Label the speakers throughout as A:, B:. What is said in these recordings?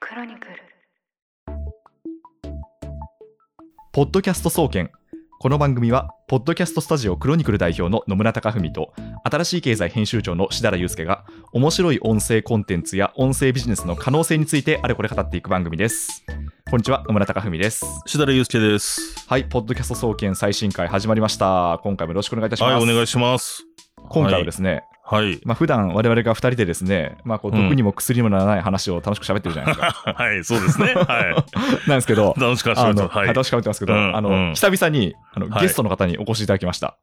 A: クロニクル
B: ポッドキャスト総研この番組はポッドキャストスタジオクロニクル代表の野村貴文と新しい経済編集長の志田祐介が面白い音声コンテンツや音声ビジネスの可能性についてあれこれ語っていく番組ですこんにちは野村貴文です
C: しだれゆうすけです。
B: はいポッドキャスト総研最新回始まりました今回もよろしくお願いいたします
C: はい、お願い
B: し
C: します。
B: ます今回はですね、
C: はい。
B: まあ普段我々が2人でですね、まあ、こう
C: うん
B: 毒にも薬にもならない話を楽しく喋ってるじゃないですか、
C: はい、そうですね。は
B: なんですけど
C: い。楽しく
B: あ
C: 話し
B: の、
C: まはい。
B: 楽しく喋ってますけど、
C: うん
B: あの、
C: うん
B: 久々にあの、
C: はい
B: ゲストの方にお越しいただきました。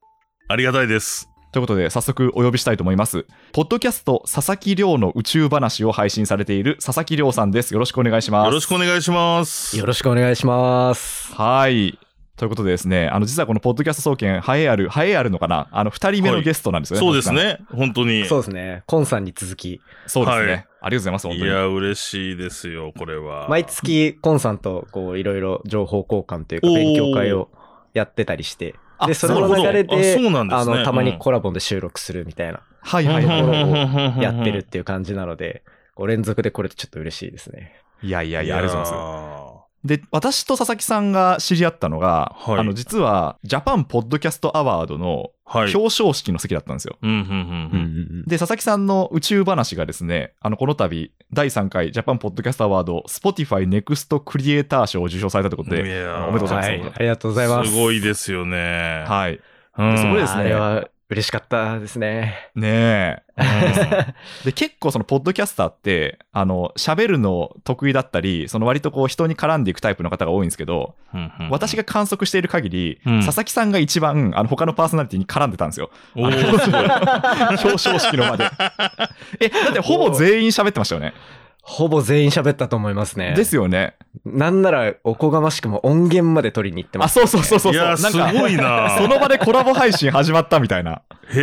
C: ありがたいです。
B: ということで、早速お呼びしたいと思います。ポッドキャスト、佐々木亮の宇宙話を配信されている佐々木亮さんです。よろしくお願いします。
C: よろしくお願いします。
D: よろしくお願いします。
B: はい。ということでですね、あの、実はこのポッドキャスト総研、ハエある、ハエあるのかなあの、二人目の
C: はい
B: ゲストなんですよね。
C: そうです
B: 佐々木
C: ね。本当に。
D: そうですね。コンさんに続き、
B: さん。そうですね。
C: はい
B: ありがとうございます、本
C: い
B: 当に。
C: や、嬉しいですよ、これは。
D: 毎。月コンさんとこういろいろ情報交換というか
C: おー
D: 勉強会をやってたりして、
B: あ
D: で、それの流
C: なる
D: れで、
C: ほどあそうなんですね
D: あの、たま
C: う
D: に
C: ん
D: コラボで収録するみたいな、
B: はい
C: は
B: はい
C: い
B: はい。
C: はい。
D: やってるっ。ていう感じなので、こう連続でこれちょっと嬉しいですね。
B: いやいや
C: い
B: いや、ありがとうございます。
C: ま
B: で、私と佐々木さんが知り合ったのが、
C: はい
B: あの、実は、ジャパンポッドキャストアワードの
C: す。はい。
B: 表彰式の席だったんですよ。
C: うん、うん、うんうん。
B: で、佐々木さんの宇宙話がですね、あの、この度、第3回ジャパンポッドキャストアワード、Spotify ネクストクリエイター賞を受賞されたということ
C: い
B: で、
C: やー
B: おめでとうございます
D: はい。ありがとうございます。
C: すごいですよね。
B: はい。
C: い。うん、
B: そこ
D: あ
B: で
D: ー
B: すね
D: あれは嬉しかったですね。
B: ね
C: うん
B: え。で、結構その、ポッドキャスターって、あの、喋るの得意だったり、その割とこう、人に絡んでいくタイプの方が多いんですけど、
C: うんうん
B: 私が観測している限り、
C: うん
B: 佐々木さんが一番、あの、他のパーソナリティに絡んでたんですよ。
C: お ーすごい
B: 表彰式の場 で。え、だってほぼ全員喋ってましたよね。
D: ほぼ全員喋ったと思いますね。
B: ですよね。
D: なんならおこがましくも音源まで取りに行ってま
B: あ、
D: す。
B: そうそうそうそうそう。
C: いや
B: な
C: ー、
B: んか
C: すごい な。
B: その場でコラボ配信始まったみたいなこ
C: へ
B: と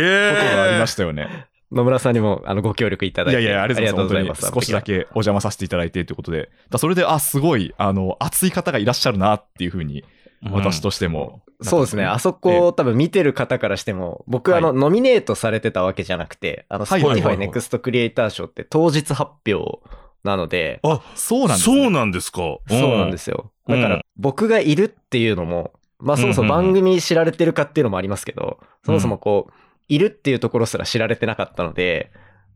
B: があり
C: え
B: ま。したよ ね。
D: 野村さんにもあのご協力いただ
B: い
D: い
B: や
D: て。
B: いや、ありがとうございます。少
D: ありがとうございます
B: しだけお邪魔させていただいてということで、だからそれで、あ、すごい、あの、熱い方がいらっしゃるなっていうふうに、私としても、
D: そうですね。
B: なん
D: あ
B: か
D: そ
B: え
D: こを多分見てる方からしても、僕、
B: はい
D: あの、ノミネートされてたわけじゃなくて、あの、
B: はいはいはいはい
D: Spotify Next Creator 賞って当日発表なので、
C: あ、
B: そうなんです、ね。
C: そうなんですか。。
D: そうなんですすよ。
C: うん
D: だから、僕がいるっていうのも、まあ、そもそも番組知られてるかっていうのもありますけど、そもそもこう、いるっていうところすら知られてなかったので、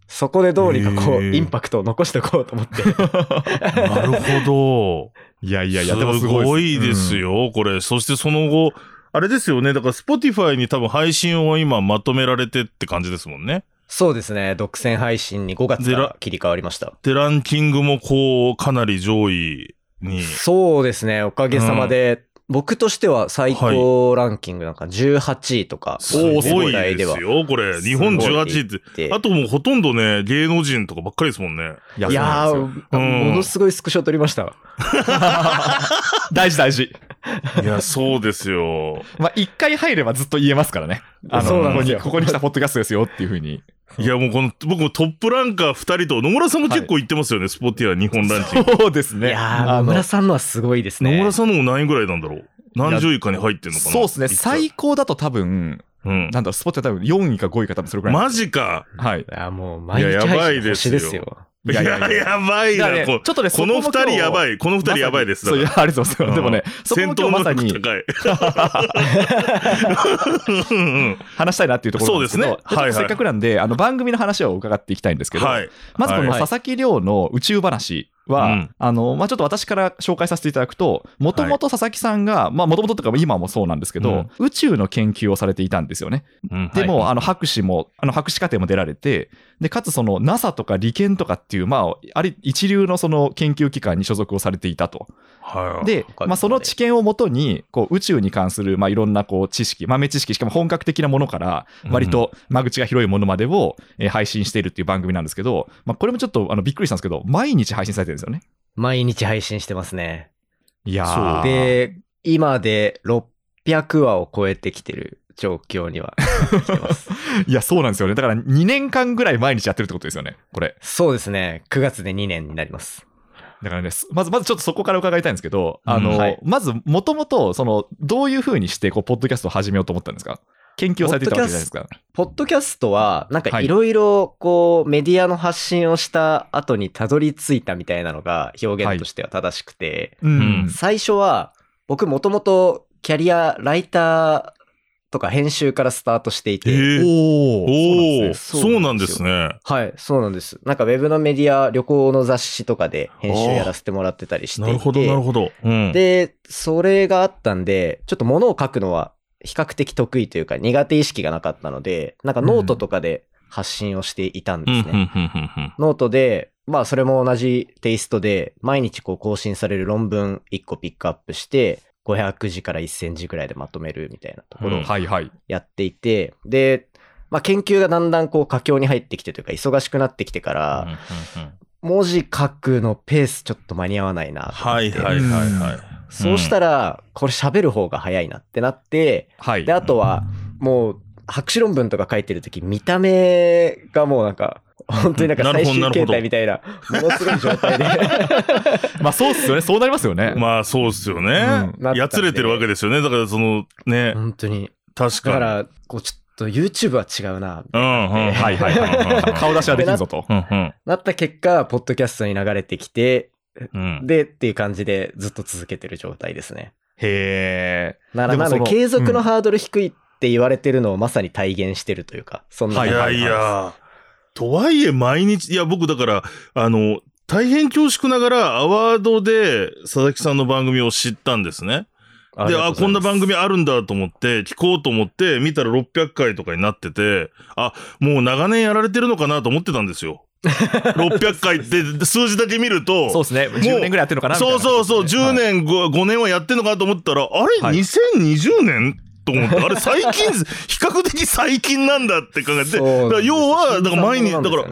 D: そこでどうにかこう、
C: へー
D: インパクトを残しておこう と思って。
C: なるほど。
B: いやいやいや、
C: す
B: でもすごい
C: ごいです
B: うん
C: よ、これ。そしてその後、あれですよね。だから、Spotify に多分配信を今まとめられてって感じですもんね。
D: そうですね。独占配信に5月
C: で
D: からら切り替わりました。
C: で、ランキングもこう、かなり上位に。
D: そうですね、おかげさまで、僕としては最高ランキングなんか18位とか、
C: すごいです
D: い
C: よ、これ。日本18位って。
D: って。
C: あともうほとんどね、芸能人とかばっかりですもんね。
B: いやそうな
D: いや
B: んですよ
D: ー、
C: うん
D: ものすごいスクショ撮りました。
B: 大事大事。
C: いや、そうですよ。
B: まあ、一回入ればずっと言えますからね。あの、
D: そうなん
B: ここ
D: です
B: に、
D: よ
B: ここに来たポッドキャストですよっていうふうに。
C: いや、もうこの、僕もトップランカー2人と、野村さんも結構行ってますよね、スポティア日本ランキング。
B: そうです
D: い
B: ね。
D: やー、
B: あ
D: 野
B: の
D: 村さんのはすごいですね。
C: 野村さんのも何位ぐらいなんだろう何十位かに入ってんのかな
B: そうですね。最高だと多分、
C: うん。
B: なんだろう、スポットは多分4位か5位か多分それくらい。
C: マジか。
B: はい。
D: いや、もう毎
C: い
D: 日
C: や
D: 配
C: やばい
D: 信
C: です
D: 星
C: よ
D: ですよ。
B: いやいやいや
C: ばい
B: だから
C: な。
B: ね
C: こ
B: ちょっとね、
C: この二人やば
B: い。
C: い。この二人やばいです。
B: そういや
C: だか
B: ありがとうございます。でもね、そ
C: ら
B: こも今日ま
C: 戦闘能
B: さ
C: 力
B: に
C: 高 い。うんうん
B: 話したいなっていうところなんですけど、
C: そうです
B: ちょっ
C: ね
B: と
C: はいはい
B: せっかくなんで、あの番組の話を伺っていきたいんですけど、
C: はい。
B: まずこの
C: はい
B: 佐々木亮の宇宙話は、
C: うん
B: あの、まあ、ちょっと私から紹介させていただくと、もともと佐々木さんが、まあ、もともととか今もそうなんですけど、宇宙の研究をされていたんですよね。
C: うん
B: でも、あの、博士も、あの、博士課程も出られて、で、かつその、NASA とか理研とかっていう、まあ、あれ、一流のその研究機関に所属をされていたと。
C: はい。
B: で、
D: 他にもね
B: まあ、その知見をもとに、こう、宇宙に関する、まあ、いろんな、こう、知識、豆知識、しかも本格的なものから、割と間口が広いものまでを、えー配信しているっていう番組なんですけど、まあ、これもちょっと、あの、びっくりしたんですけど、毎日配信されてるんですよね。
D: 毎日配信してますね。
B: いや
C: そう
B: ー。
D: で、今で600話を超えてきてる状況には来てます。
B: いや、そうなんですよね。だから、2年間ぐらい毎日やってるってことですよね、これ。
D: そうですね、9月で2年になります。
B: だからね、すまず、まずちょっとそこから伺いたいんですけど、あの、
D: うんはい
B: まず、もともと、その、どういうふうにして、こう、ポッドキャストを始めようと思ったんですか研究をされてたわけじゃないですか。
D: ポッドキャストは、なんか
B: はい
D: いろいろこう、メディアの発信をした後にたどり着いたみたいなのが表現としては正しくて、
B: う
C: うん
D: 最初は、僕もともとキャリア、ライターとか編集からスタートしていて、
C: えー
B: おー
C: おお、
D: そ
C: そう
D: う
C: な
D: なんん
C: で
D: ですす
C: ね。
D: はい、そうなんです。なんかウェブのメディア、旅行の雑誌とかで編集やらせてもらってたりしてい
C: な
D: て、
C: るほど、なるほど。うん。
D: で、それがあったんで、ちょっと物を書くのは比較的得意というか苦手意識がなかったので、なんかノートとかで発信をしていたん
C: う
D: で
C: ん、う
D: す
C: ん、
D: ね。
C: うん、うんうん。
D: ノートで、まあそれも同じテイストで、毎日こう更新される論文1個ピックアップして、500字から1000字ぐらいでまとめるみたいなところ
C: う
D: を
C: ん
B: はいはい。
D: やっていて、で、まあ研究がだんだんこう佳境に入ってきてというか忙しくなってきてから、文字書くのペースちょっと間に合わないなと思っ
C: は
D: て。
C: い、はい、はい、はい。
D: そうしたら、これ喋る方が早いなってなって、
B: はい。
D: で、あとは、もう、博士論文とか書いてるとき、見た目がもうなんか、本当になんか
C: なるほ
D: 最
C: ど
D: 終形態みたいな、ものすごい状態で。
B: まあそうっすよね。そうなりますよね。
C: まあ、そうですよね。
D: うん
C: やつれてるわけですよね。だから、その、 ね、
D: 本当に。
C: 確
D: だか、
C: から
D: こう、ちょっと YouTube は違う
C: に。
D: な。
C: うん、うん、
D: は
B: はいはいはい。顔出しはできんぞと。
C: うん、うん
D: なった結果、ポッドキャストに流れてきて、
C: うん。
D: で、っていう感じでずっと続けてる状態ですね。
B: へ
D: な
B: で
D: ら、
B: も
D: な
B: そ
D: の
B: の
D: で、継続
B: うん
D: のハードル低いって言われてるのをまさに体現してるというか、そんな感
C: い
D: じ
C: やいや、とはいえ毎日、いや僕だから、あの、大変恐縮ながらアワードで佐々木さんの番組を知ったんですね。
D: あり
C: で、
D: がと
C: あ、
D: うござ
C: こ
D: い
C: ん
D: ま
C: な
D: す
C: 番組あるんだと思って、聞こうと思って、見たら600回とかになってて、あ、もう長年やられてるのかなと思ってたんですよ。600回って数字だけ見ると、
B: え。そうですね。10年ぐらいやってるのかなみたい
C: そ
B: な
C: うそうそう、10
B: はい
C: 年、ご 5, 年はやってんのかなと思ったら、あれ、
B: はい
C: 2020年と思って、あれ、最近、比較的最近なんだって考えて、だ
D: そ
C: か
D: うなん
C: ら
D: です
C: 要は、だから毎日、だから、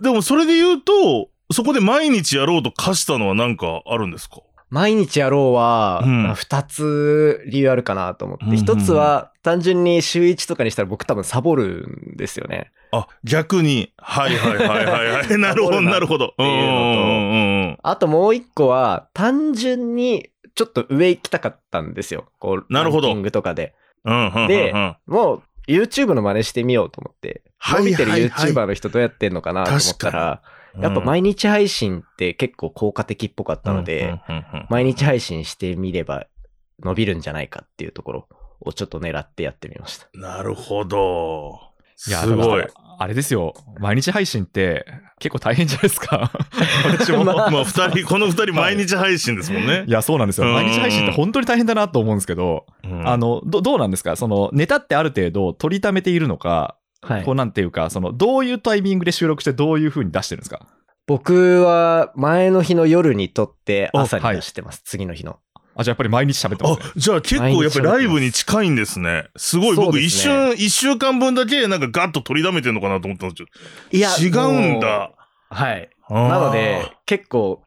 C: でもそれで言うと、そこで毎日やろうと課したのはなんかあるんですか
D: 毎日やろうは、
C: うん
D: まあ二つ理由あるかなと思
C: うん
D: っ
C: うん
D: て、一つは単純に週一とかにしたら僕多分サボるんですよね。
C: あ、逆に。はいはいはいはいはい。なるほど、なるほど。うん
D: いううん
C: うん
D: あともう一個は、単純にちょっと上行きたかったんですよ。こう、
C: なるほど
D: ランキングとかで。
C: うん。うんうんうんうん
D: で
C: は
D: もう、YouTube の真似してみようと思って、
C: はい
D: 伸びてる
C: はいはい
D: YouTuber の人どうやってんのかなと思ったら、
C: い
D: やっぱ毎日配信って結構効果的っぽかったので、
C: うんうんうんうん
D: 毎日配信してみれば伸びるんじゃないかっていうところをちょっと狙ってやってみました。
C: なるほど。す
B: いや、
C: ご
B: ご
C: い
B: い。。あれですよ。毎日配信って結構大変じゃないですか。私も。
C: まあ、二人、この二人毎日配信ですもんね
B: い。や、そうなんですよ。
C: うん
B: 毎日配信って本当に大変だなと思うんですけど、
C: うん
B: あの、どどうなんですかその、ネタってある程度取りためているのか、
D: は
B: こうなんていうか、その、どういうタイミングで収録してどういう風に出してるんですか
D: 僕は前の日の夜に撮って
B: お
D: 朝に
B: はい
D: 出してます、次の日の。
B: あ、じゃあやっぱり毎日喋ってます
C: あ
B: ね。、
C: じゃあ結構やっぱりライブに近いんですね。すごい、
D: そう
C: 僕
D: で
C: 一
D: す
C: 瞬、
D: ね
C: 一週間分だけなんかガッと取りだめてんのかなと思ったんですけど。
D: い
C: 違うんだ。。
D: はい。
C: あー
D: なので、結構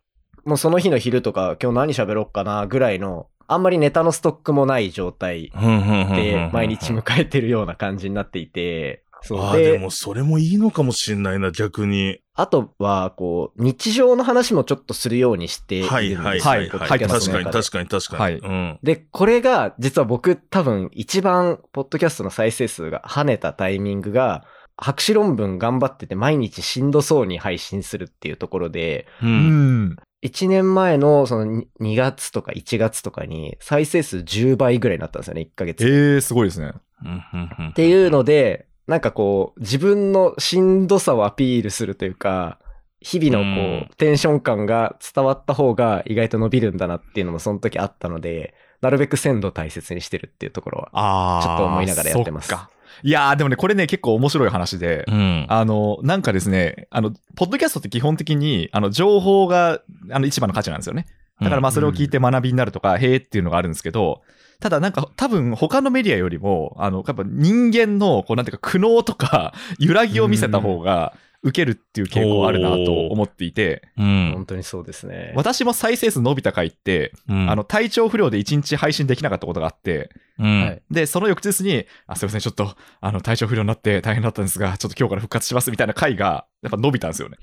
D: もうその日の昼とか今日何喋ろうかなぐらいのあんまりネタのストックもない状態
C: うんうんうんうん
D: で毎日
C: あ
D: 迎えてるような感じになっていて。そう
C: ーで
D: で
C: もそれもいいのかもしんないな、逆に。
D: あとは、こう、日常の話もちょっとするようにしているんです
C: はい
D: よ
C: はい
B: は
C: はいい
D: ポッ
C: は
D: ド
C: い。
D: キャス
C: 確
D: トの
C: かに
D: 中で
C: 確かに確かに。
B: は
C: うん
D: で、これが、実は僕、多分、一番、ポッドキャストの再生数が跳ねたタイミングが、博士論文頑張ってて、毎日しんどそうに配信するっていうところで、
C: う。
B: うんん。
D: 1年前の、その、2月とか1月とかに、再生数10倍ぐらいになったんですよね、1ヶ
B: え
D: 月。っ
B: ー、すごいですね。
C: うんうんうん
D: ていうので、なんかこう、自分のしんどさをアピールするというか、日々
C: う
D: の
C: ん
D: こう、テンション感が伝わった方が意外と伸びるんだなっていうのもその時あったので、なるべく鮮度を大切にしてるっていうところは
B: あー
D: ちょっと思いながらやってます
B: そかいやー、でもね、これね、結構面白い話で、
C: うん。
B: あの、なんかですね、あの、ポッドキャストって基本的に、あの、情報が、あの、一番の価値なんですよね。だからまあ、それを聞いて学びになるとか、へーっていうのがあるんですけど、ただなんか、多分、他のメディアよりも、あの、やっぱ人間の、こう、なんていうか、苦悩とか、 揺らぎを見せた方が、受けるっていう傾向あるなと思っていて、
C: うん
D: 本。当にそうですね。
B: 私も再生数伸びた回って、
C: うん
B: あの、体調不良で1日配信できなかったことがあって、
C: うん
D: はい
B: で、その翌日に、あ、すいません、ちょっと、あの、体調不良になって大変だったんですが、ちょっと今日から復活しますみたいな回が、やっぱ伸びたんですよね。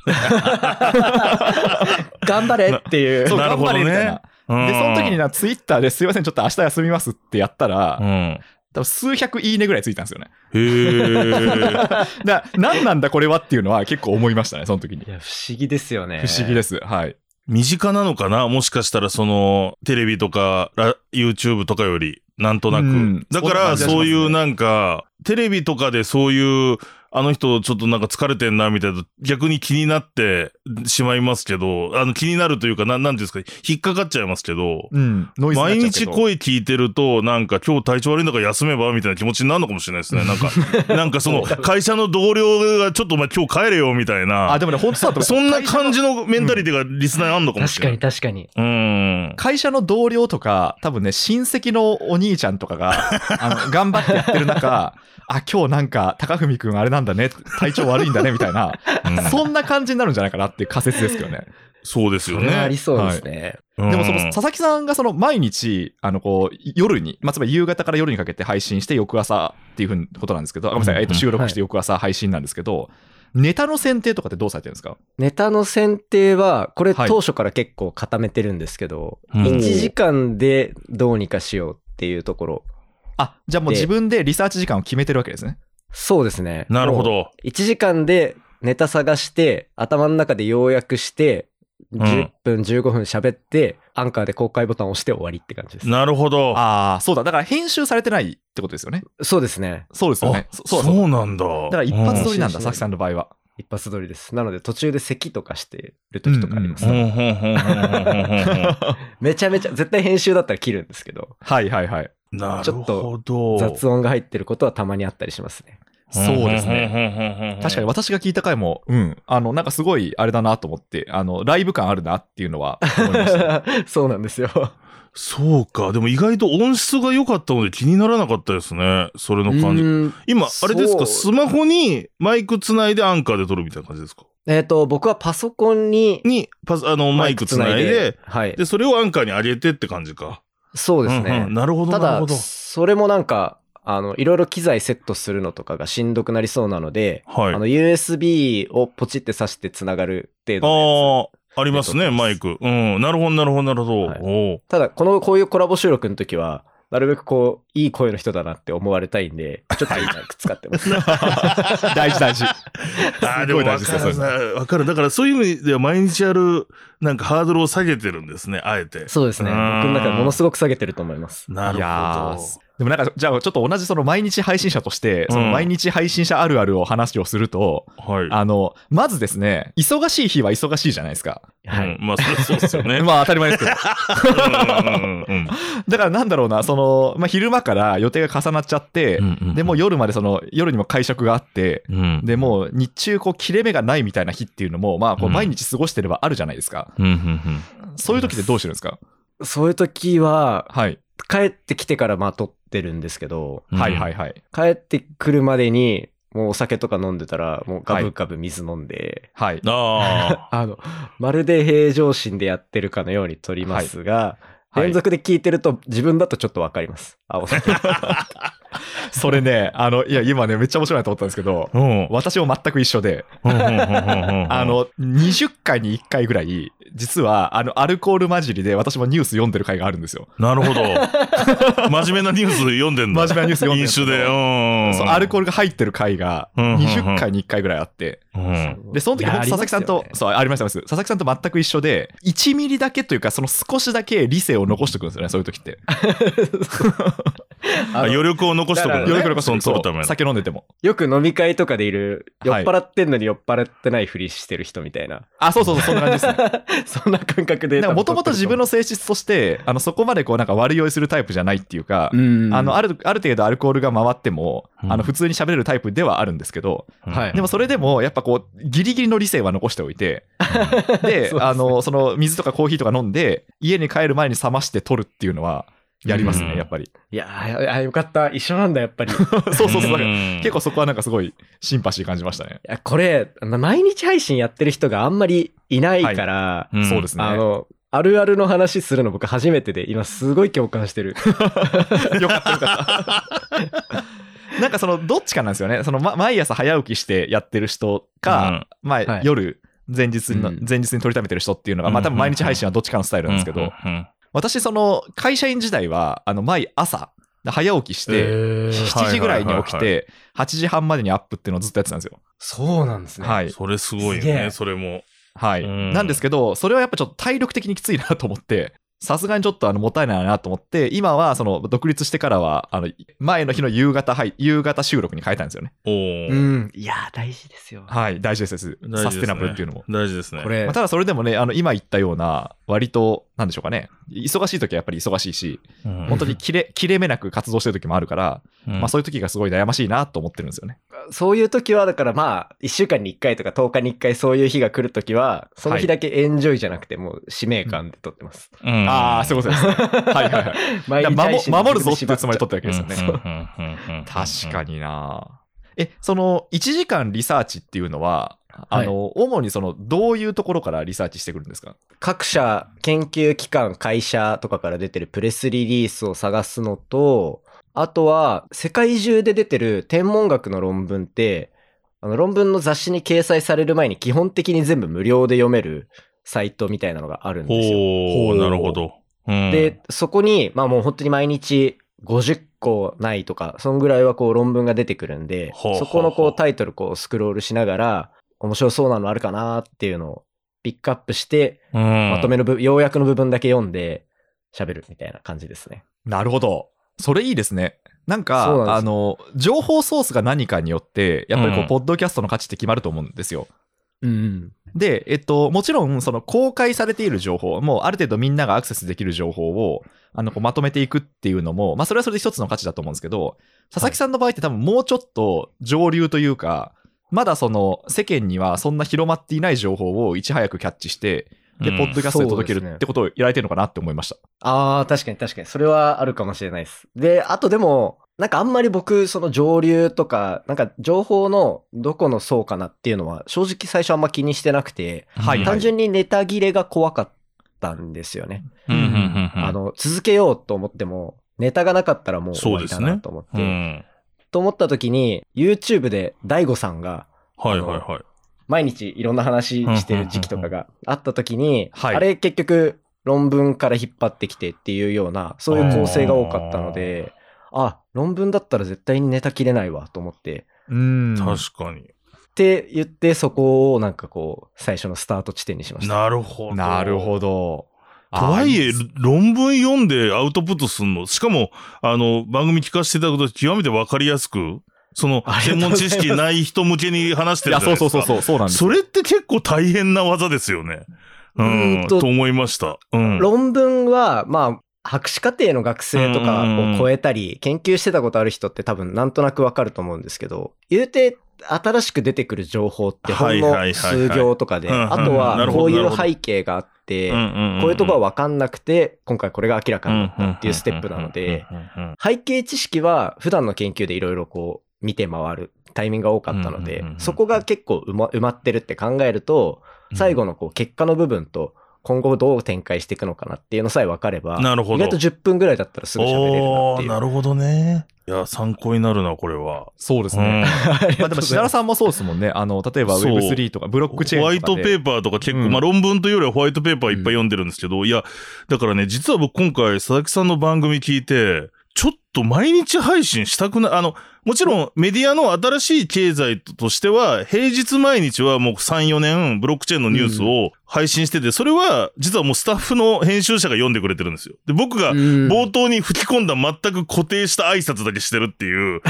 D: 頑張れ っていう。
B: そう、
C: なる
B: 頑
C: ほど
B: 張れ
C: ね
B: みたいな。
C: うん
B: で、その時にな、ツイッターですいません、ちょっと明日休みますってやったら、
C: うん。
B: 多分数百いいねぐらいついたんですよね。
C: へえ。
B: だから何なんだこれはっていうのは結構思いましたね、その時に
D: い。や、不思議ですよね。
B: 不思議
D: で
B: です。はい。
C: 身近なのかなもしかしたらそのテレビとかラ YouTube とかよりなんとな
B: う
C: く、
B: ん
C: だか
B: そんな感
C: ら
B: じがしますね
C: そういうなんかテレビとかでそういうあの人ちょっとなんか疲れてんなみたいな逆に気になってしまいますけどあの気になるというかなんなんていうんですか引っかかっちゃいますけど
B: うん。ノイズになっちゃう
C: 毎
B: けど
C: 日声聞いてるとなんか今日体調悪いんだから休めばみたいな気持ちになるのかもしれないですねなん かなんかその会社の同僚がちょっとお前今日帰れよみたい
B: あ、
C: な
B: でもね、本当そうだと思う
C: そんな感じのメンタリティがリスナーにあんのかもし
D: 確
C: れな
D: か
C: い
D: に。確かに。
C: うん。
B: 会社の同僚とか、多分ね、親戚のお兄ちゃんとか が、あの、頑張ってやってる中、あ、今日なんか、高文くんあれなんだね、体調悪いんだね、みたいな、そんな感じになるんじゃないかなっていう仮説ですけどね。
C: そうですよ
D: それはあ
C: ね
D: り。そうですね。
C: で
B: でもその、佐々木さんがその、毎日、あの、こう、夜に、まあ、つまり夕方から夜にかけて配信して、翌朝っていうふうなことなんですけど、あごめんなさい、えっと、収録して翌朝配信なんですけど、ネタの選定とかってどうされてるんですか
D: ネタの選定は、これ
B: はい
D: 当初から結構固めてるんですけど、
C: うん
D: 1時間でどうにかしようっていうところ。
B: あ、じゃあもう
D: で
B: 自分でリサーチ時間を決めてるわけですね。
D: そうですね。
C: なるほ。ど。
D: 1時間でネタ探して、頭の中で要約して、
C: ん
D: 10分、15分喋って、アンカーで公開ボタンを押して終わりって感じです。
C: なるほど。
B: ああ、そうだ。だから編集されてないってことですよね。
D: そうですね。
B: そうですよね
C: あ。
B: そ
C: そう
B: そうそう。
C: なんだ。
B: だから一発撮りなんだ、
D: う
B: 佐
D: ん
B: 々木さんの場合は。
D: 一発撮りです。なので途中で咳とかしてる時とかあります、
C: うんうんうんうんうんうん
D: めちゃめちゃ、絶対編集だったら切るんですけど、
B: はいはいはい。
C: うんなるほど。
D: 雑音が入ってることはたまにあったりしま すね。
B: そうですね。
C: ね
B: 確かに
C: に。
B: 私が聞いた回も、うん、あの、なんかすごいあれだなと思って、あの、ライブ感あるなっていうのは思いました。
D: そうなんですよ。
C: そうか。でも意外と音質が良かったので気にならなかったですね。それの感じ。
D: うん
C: 今、あれです
D: そ
C: か
D: う
C: スマホにマイクつないでアンカーで撮るみたいな感じですか
D: えっ、と、僕はパソコンに
C: に、パス、あの、マイクつないで、、
D: はい
C: で、。それをアンカーに上げてって感じか。
D: そうですね。
C: んんなるほど、
D: た
C: なるほ
D: だ、
C: ど。
D: それもなんか、あの、いろいろ機材セットするのとかがしんどくなりそうなので、あ
C: はい。
D: の、USB をポチって挿してつながる程度のや
C: ああ、あります
D: で撮
C: ね、
D: ってます
C: マイク。うん、なるほど、なるほど、なるほど。
D: はい
C: おう
D: つ。ただ、この、こういうコラボ収録の時は、なるべくこう、いい声の人だなって思われたいんで、ちょっといいマイク使ってます。
B: 大事大事。
C: ああ、
B: す
C: で
B: ごい
C: も
B: 大
C: 分
B: 事
C: か
B: ですよ
C: るな、わかる。だからそういう意味では毎日やる、なんかハードルを下げてるんですね、あえて。
D: そうですね。
C: う
D: 僕
C: ん
D: の中でものすごく下げてると思います。
C: ない
B: や
C: るほ
B: ーでもなんか、じゃあちょっと同じその毎日配信者として、その毎日配信者あるあるを話をすると、
C: ど。はい。
B: あの、まずですね、忙しい日は忙しいじゃないですか。
D: は
C: うん
D: い。
C: まあ、そりゃそうです よね。
B: まあ当たり前ですけど。
C: うんうん
B: だからなんだろうな、その、まあ昼間から予定が重なっちゃって、
C: うんうん
B: でもう夜までその夜にも会食があって、
C: うん
B: でもう日中こう切れ目がないみたいな日っていうのもまあこう
C: うん
B: 毎日過ごしてればあるじゃないですか、
C: うんうん
B: そういう時ってどうしてるんですか
D: そういう時は、
B: はい、
D: 帰ってきてからまあ撮ってるんですけど、
C: うん
B: はいはいはい
D: 帰ってくるまでに、もうお酒とか飲んでたら、もうガブガブ水飲んで、
B: はい
C: あ
D: あの、まるで平常心でやってるかのように撮りますが、
B: はい
D: 連続で聞いてると自分だとちょっとわかります。あ、お酒。
B: それねあのいや今ねめっちゃ面白いなと思ったんですけど
C: あ。うん。
B: 私も全く一緒で、 あ
C: あ、
B: の、20回に1回ぐらい、実は、あの、アルコール混じりで私もニュース読んでる回があるんですよ。
C: なるほど。 真面目なニュース読んでんだ。
B: 真面目なニュース読んでるん
C: 飲
B: ですけ
C: 酒
B: ど
C: で。うん。
B: そうアルコールが入ってる回が、
C: うんうんうん
B: 20回に1回ぐらいあって、
C: うん。
B: で、その時、
D: いや
B: 本当佐々木さんと、
D: あります
B: そう、ありました、ありました佐々木さんと全く一緒で、1ミリだけというか、その少しだけ理性を残しておくんですよね、そういう時って。
D: よね
C: あ
D: あの
C: 余力を残しとく
D: だ
C: の
D: か
B: より
C: ね
D: ら
B: これこ
C: そ
B: そ、
C: の取るた
B: そ
C: め
B: う
C: の。
B: 酒飲んでても。
D: よく飲み会とかでいる、酔っ
B: はい
D: 払ってんのに酔っ払ってないふりしてる人みたいな。
B: あ、そうそうそう、そんな感じですね。
D: そんな感覚で。
B: もともと自分の性質として、あの、そこまでこう、なんか悪酔いするタイプじゃないっていうか
D: う、ん、
B: あの、ある、ある程度アルコールが回っても、
C: うん
B: あの、普通に喋れるタイプではあるんですけど、
D: はい
B: でもそれでも、やっぱこう、ギリギリの理性は残しておい て、で、
D: そうですね
B: あの、その、水とかコーヒーとか飲んで、家に帰る前に冷まして取るっていうのは、やります
C: う
B: ね、
C: ん
B: やっぱり。
D: いやーあよかった。一緒なんだ、やっぱり。い
B: そうそうそう。だから
C: ん
B: 結構そこはなんかすごいシンパシー感じましたね。
D: や、これ、あの毎日配信やってる人があんまりいないから、
C: うん
B: そうですね。
D: あの、あるあるの話するの僕初めてで、今すごい共感してる。
B: よかったよか った。なんかそのどっちかなんですよね。その、ま、毎朝早起きしてやってる人か、まあ、
D: はい
B: 夜前日の、
D: うん
B: 前日に取りためてる人っていうのが、まあ、多分毎日配信はどっちかのスタイルなんですけど、
C: うんうんうん
B: 私その会社員時代はあの毎朝で早起きして、7時ぐらいに起き
C: はいはいはいはい
B: て、8時半までにアップっていうのをずっとやってたんですよ。
D: そうなんですね。。
B: はいい。
C: それすごいよ
D: すげ
C: ね、
D: え
C: それも。
B: はい。
C: うん
B: なんですけど、それはやっぱちょっと体力的にきついなと思って、さすがにちょっとあのもったいないなと思って、今はその独立してからは、あの前の日の夕方、はい、夕方収録に変えたんですよね。
C: おー
D: うん。いやー、大事ですよ。
B: はい、大事ですです
C: 大事ですね
B: サステナブルっていうのも。
C: 大事ですね。
D: これ
B: まあ、、ただそれでもね、あの今言ったような、割と、なんでしょうかね、忙しい時はやっぱり忙しいし、
C: うん、
B: 本当に切れ切れ目なく活動してる時もあるから、
C: うん
B: まあ、そういう時がすごい悩ましいなと思ってるんですよね。
D: そういう時は、だからまあ、1週間に1回とか10日に1回そういう日が来る時は、その日だけエンジョイじゃなくて、もう使命感で撮ってます。
C: うん
B: ああ、そういうことですね。 はいはいはい。だか
D: 毎日
B: ら
D: 配信
B: 守守るぞっていうつもりで取
D: と
B: ってるわけですよね。
C: うんうんうんうん
B: 確かになえ、その1時間リサーチっていうのは、あ
D: はい
B: の、主にその、どういうところからリサーチしてくるんですか
D: 各社、研究機関、会社とかから出てるプレスリリースを探すのと、あとは、世界中で出てる天文学の論文って、あの論文の雑誌に掲載される前に基本的に全部無料で読めるサイトみたいなのがあるんですよ。
C: ほう、なるほど。うん、
D: で、そこに、まあもう本当に毎日50個ないとか、そんぐらいはこう論文が出てくるんで、
C: ほうほうほう
D: そこのこうタイトルこうスクロールしながら、面白そうなのあるかなっていうのをピックアップして、ま
C: ま
D: とめの部、要約の部分だけ読んで喋るみたいな感じですね。
B: なるほど。それいいですね。なん
D: そうなん
B: か、
D: です
B: あの、情報ソースが何かによって、やっぱりこ
C: うん
B: う、ポッドキャストの価値って決まると思うんですよ。
D: うん。
B: で、えっと、もちろん、その公開されている情報、もうある程度みんながアクセスできる情報を、あの、こうまとめていくっていうのも、まあ、それはそれで一つの価値だと思うんですけど、佐々木さんの場合って多分もうちょっと上流というか、まだその世間にはそんな広まっていない情報をいち早くキャッチして、で、ポッドキャストで届け
D: そうです
B: る
D: ね
B: ってことをやられてるのかなって思いました。
D: ああ、確かに確かに。それはあるかもしれないです。で、あとでも、なんかあんまり僕、その上流とか、なんか情報のどこの層かなっていうのは、正直最初あんま気にしてなくて、
B: はいはい
D: 単純にネタ切れが怖かったんですよね。
C: うんうんうんうん
D: あの、続けようと思っても、ネタがなかったらもう終わりだ
C: そうです
D: な
C: ね
D: と思って、
C: うん
D: と思った時に、YouTube で DAIGO さんが、
C: はいはいはい。
D: 毎日いろんな話してる時期とかがあった時に、
B: はい
D: あれ結局論文から引っ張ってきてっていうような、そういう構成が多かったので、あ、論文だったら絶対にネタ切れないわと思って、
B: うん
C: 確かに。
D: って言ってそこをなんかこう、最初のスタート地点にしました。
C: なるほど。
B: なるほど。
C: とはいえ
B: あ、
C: 論文読んでアウトプットすんの。しかも、あの、番組聞かせていただくと極めてわかりやすく、その、
D: ありが
C: 専
D: と
C: 門
D: うございます
C: 知識ない人向けに話し
B: い
C: てる
B: や、
C: じゃな
B: そ
C: いうですか。
B: そうそうそう、そうなんです
C: それって結構大変な技ですよね。うん、
D: うん
C: と
D: と
C: 思いました。うん。
D: 論文は、まあ、博士課程の学生とかを超えたり、研究してたことある人って多分なんとなくわかると思うんですけど、言うて、新しく出てくる情報ってほんの
C: はいはいはいはい
D: 数行とかで、
C: うんうん
D: あと
C: なる
D: は
C: ほど
D: こうい
C: なる
D: う
C: ほど
D: 背景があって、
C: ん
D: こういうとこは
C: は
D: わかんなくて、今回これが明らかになったっていうステップなので、、背景知識は普段の研究でいろいろこう見て回るタイミングが多かったの
C: うんう
D: で
C: んうんうん、
D: そこが結構埋ま埋まってるって考えると、最後のこう結果の部分と今後どう展開していくのかなっていうのさえ分かれば、
C: なるほど
D: 意外と10分ぐらいだったらすぐ喋れるなっ
C: お
D: てい
C: ー
D: う。
C: なるほどね。いや、参考になるな、これは。
B: そうです
C: うん
B: ね。ま
D: ま
B: あ でも、品田さんもそうですもんね。あの、例えば
C: そう
B: Web3 とかブロックチェ
C: ホ
B: ー
C: ワ
B: ン
C: イ
B: とか
C: ト
B: で。
C: ペーパーとか結構、
B: うん
C: まあ論文というよりはホワイトペーパーいっぱい読んでるんですけど、いや、だからね、実は僕今回佐々木さんの番組聞いて、ちょっと毎日配信したくない、あの、もちろんメディアの新しい経済としては、平日毎日はもう3、4年ブロックチェーンのニュースを配信してて、それは実はもうスタッフの編集者が読んでくれてるんですよ。で、僕が
D: うん
C: 冒頭に吹き込んだ全く固定した挨拶だけしてるっていう、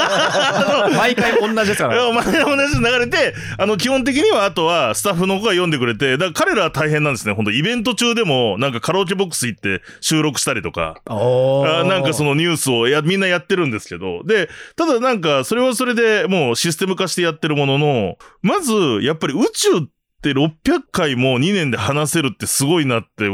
B: 毎回同じですか
C: いや
B: ら
C: お
B: ね。
C: 前ら同じ流れて、あの、基本的には、あとは、スタッフの子が読んでくれて、だから彼らは大変なんですね。本当イベント中でも、なんかカラオケボックス行って収録したりとか、あーなんかそ
D: の、
C: のニュースをや、みんなやってるんですけど、で、ただなんか、それはそれでもうシステム化してやってるものの、まず、やっぱり宇宙って600回も2年で話せるってすごいなって、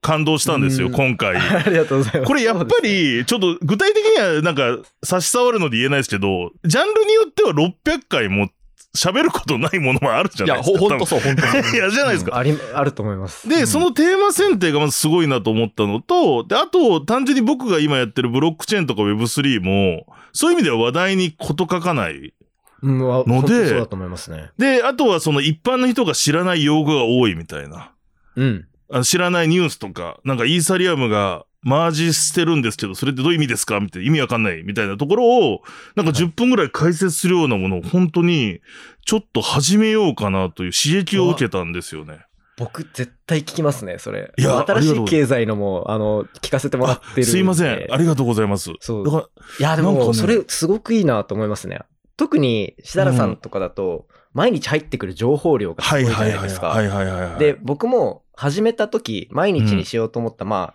C: 感動したんですよ、
D: うん
C: 今回。
D: ありがとうござい ます。
C: これやっぱ
D: そうですね、
C: り、ちょっと具体的にはなんか差し障るので言えないですけど、ジャンルによっては600回も喋ることないものもあるじゃ
B: い
C: ない
B: や、
C: です
B: ほ
C: か。
B: ほんとそう、ほんとそう
C: 多分いや、じゃないですか。
D: あり、あると思います。
C: で、
B: うん
C: そのテーマ選定がまずすごいなと思ったのと、で、あと、単純に僕が今やってるブロックチェーンとか Web3 も、そういう意味では話題に事欠かない。
D: うん、の
C: ので
D: そうだと思いますね。
C: で、あとはその一般の人が知らない用語が多いみたいな。
D: うん。
C: あの知らないニュースとか、なんかイーサリアムがマージしてるんですけど、それってどういう意味ですかみたいな、意味わかんないみたいなところを、なんか10分ぐらい解説するようなものを本当に、ちょっと始めようかなという刺激を受けたんですよね。
D: 僕、絶対聞きますね、それ。
C: いや
D: 新しい経済のも、あの、聞かせてもらってるで。
C: すいません。ありがとうございます。
D: そう
C: だから、
D: いや、で
C: なんかね
D: も、それ、すごくいいなと思いますね。特に、しだらさんとかだと、毎日入ってくる情報量がす
C: は
D: ごい
C: い
D: じゃ
C: はい
D: な
C: はいい。
D: です
C: は
D: か。
C: いはいはいはい。
D: で、僕も、始めた時、毎日にしようと思った、まあ、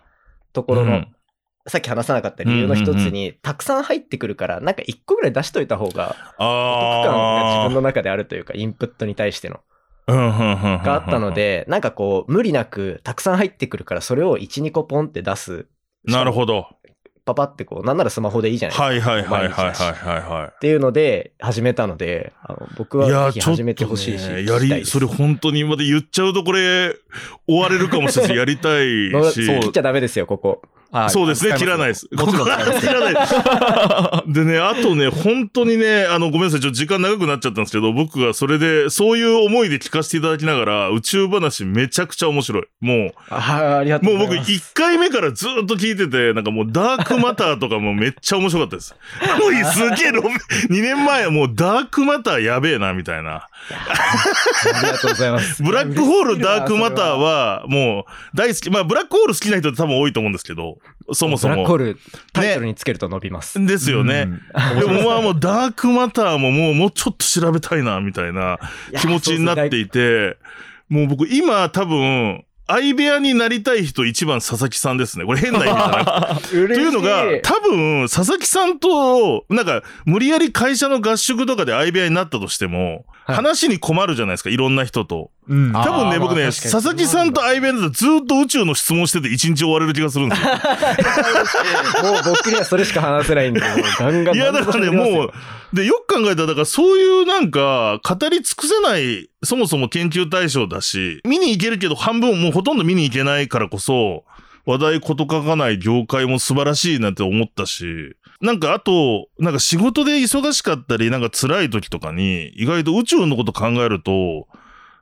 D: ところ
C: う
D: の
C: ん、
D: さっき話さなかった理由の一つに、たくさん入ってくるから、なんか一個ぐらい出しといた方が、お得感が自
C: あ
D: 分の中であるというか、インプットに対しての。
C: あ、うんうんうんうんうん
D: があったの、で、なんかこう、無理なく、たくさん入ってくるから、それを1、2個ポンって出す。
C: なるほど。
D: パパってこう、なんならスマホでいいじゃないですか。
C: はいはいはいはいはい
D: 毎日だし
C: はいは
D: っていうので、始めたので、あの僕
C: い。い
D: は
C: や
D: ぜひ
C: ー、ちょっ
D: 始
C: と
D: めてほしいし、
C: ね、
D: 聞
C: や
D: きたい
C: り、
D: です
C: それ本当にまで言っちゃうとこれ、終われるかもしれないし、やりた
D: の
C: いし。
D: 切っちゃダメですよ、ここ。
B: あ
C: そうですね、切らな
B: い。
C: いです。
B: もちろん使います
C: 切らないです。でね、あとね、本当にね、あの、ごめんなさい、ちょっと時間長くなっちゃったんですけど、僕がそれで、そういう思いで聞かせていただきながら、宇宙話めちゃくちゃ面白い。も
D: ああ、りが
C: う、もう僕1回目からずっと聞いてて、なんかもうダークマターとかもめっちゃ面白かったです。もうすげえロメ、2年前もうダークマターやべえな、みたいな。
D: ありがとうございます。
C: ブラックホール、ダークマターは、もう、大好き。まあ、ブラックホール好きな人って多分多いと思うんですけど、そもそ
D: ブラックホー
C: も。
D: ル、タイトルにつけると伸びます。
C: ですよね。でもまあもうダークマターももうもうちょっと調べたいなみたいない
D: や
C: 気持ちになっていて、もう僕今多分、相部屋になりたい人一番佐々木さんですね。これ変な意味じゃなくて
D: そうですね
C: というのが
D: 嬉し、
C: 多分、佐々木さんと、なんか、無理やり会社の合宿とかで相部屋になったとしても、
D: はい
C: 話に困るじゃないですか、いろんな人と。
B: うん。
D: あ
C: 多分
D: ま
C: ね、僕ね、
D: 確かに
C: 佐々木さんと相部屋だとずーっと宇宙の質問してて一日終われる気がするんですよ。
D: い もう僕にはそれしか話せないんで、もうガンガン
C: いや、だからね、もう、で、よく考えたら、だからそういうなんか、語り尽くせない、そもそも研究対象だし、見に行けるけど半分もうほとんど見に行けないからこそ、話題こと書かない業界も素晴らしいなって思ったし、なんかあと、なんか仕事で忙しかったり、なんか辛い時とかに、意外と宇宙のこと考えると、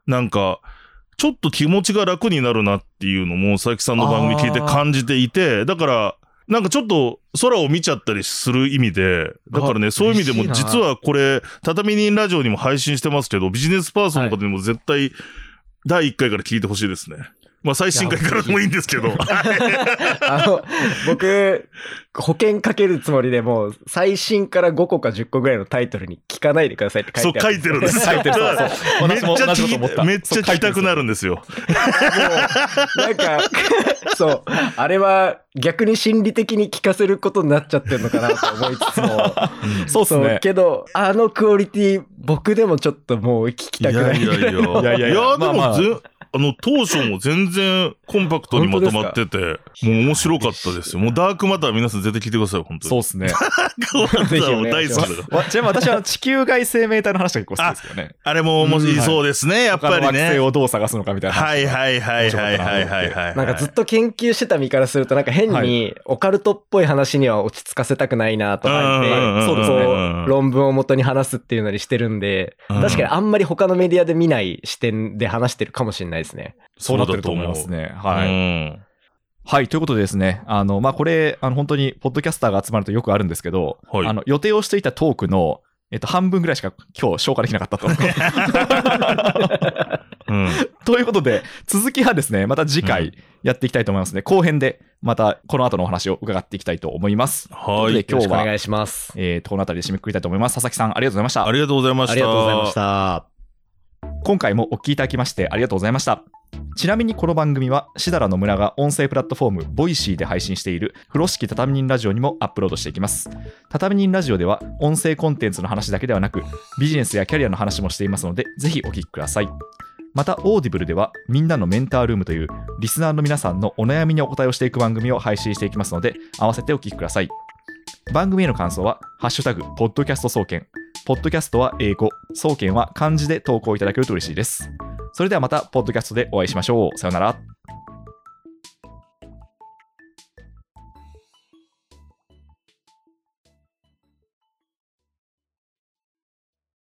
C: なんか、ちょっと気持ちが楽になるなっていうのも、佐々木さんの番組聞いて感じていて、だから、なんかちょっと空を見ちゃったりする意味で、だからね、
D: あ
C: そういう意味でも
D: 嬉しいな
C: 実はこれ、畳人ラジオにも配信してますけど、ビジネスパーソンの方にも絶対、第1回から聞いてほしいですね。まあ最新回からでもいいんですけど。
D: あの、僕、保険かけるつもりでもう、最新から5個か10個ぐらいのタイトルに聞かないでくださいって書
C: そう
D: いてあ
C: 書
D: る。
C: いてるんです よ。
B: 書いてるそうそう
C: め
B: 私
C: っち
B: も
C: ゃ
B: 同じこと思
C: 聞
B: った
C: き、めっちゃ聞きたくなるん
B: ん
C: ですよ。
D: もうなんか、 そう、あれは逆に心理的に聞かせることになっちゃってるのかなと思いつつも。
B: そうです
D: そう
B: ね。
D: けど、あのクオリティ、僕でもちょっともう聞きたくない。
C: いやいやいや。い
B: やいやいや
C: で
B: まあま
C: も
B: あ
C: ぜ、あの、当初も全然コンパクトにまとまってて、もう面白かったですよ。もうダークマター皆さん絶対聞いてください、本当
B: そう
C: に。
B: ですね。
C: ダークマタ
D: ぜひ
C: ー
D: お
C: も
D: 願
C: 大
D: いし
C: 好
D: ま
C: き
D: す
C: だから
B: わちなみに私は地球外生命体の話が結構好きですけどね。
C: あれも面白
B: うん
C: い。そうですね、やっぱ
B: 他の
C: り
B: 惑星
C: ね。
B: をどう探すのかみたいな話。
C: はいはいはいはいはいはいはい。
D: なんかずっと研究してた身からすると、なんか変
B: は
D: にオカルトっぽい話には落ち着かせたくないなとか
C: うんうんうん
D: 言
C: う
D: っ
C: ん
D: て、そうですね。論文を元に話すっていうのにしてるんで、
C: うん
D: 確かにあんまり他のメディアで見ない視点で話してるかもしれないですね。
B: そうなってると思いますね。
C: う
B: はい。
C: ん。
B: はい。ということでですね、あの、まあ、これ、あの、本当に、ポッドキャスターが集まるとよくあるんですけど、
C: はい
B: あの、予定をしていたトークの、えっと、半分ぐらいしか今日消化できなかった と。
C: うん。
B: ということで、続きはですね、また次
C: う
B: 回やっていきたいと思いますね。後編で、またこの後のお話を伺っていきたいと思います。
C: はい
B: ということで
D: よろしくお
B: 今日
D: 願
B: は、
D: いします。
B: えっ、と、この辺りで締めくくりたいと思います。佐々木さん、ありがとうございました。
C: ありがとうございました。
D: ありがとうございました。
B: 今回もお聞きいただきましてありがとうございましたちなみにこの番組はしだらの村が音声プラットフォームボイシーで配信している風呂敷畳人ラジオにもアップロードしていきます畳人ラジオでは音声コンテンツの話だけではなくビジネスやキャリアの話もしていますのでぜひお聞きくださいまたオーディブルではみんなのメンタールームというリスナーの皆さんのお悩みにお答えをしていく番組を配信していきますので合わせてお聞きください番組への感想は「ハッシュタグポッドキャスト総研」ポッドキャストは英語、総研は漢字で投稿いただけると嬉しいです。それではまた、ポッドキャストでお会いしましょう。さようなら。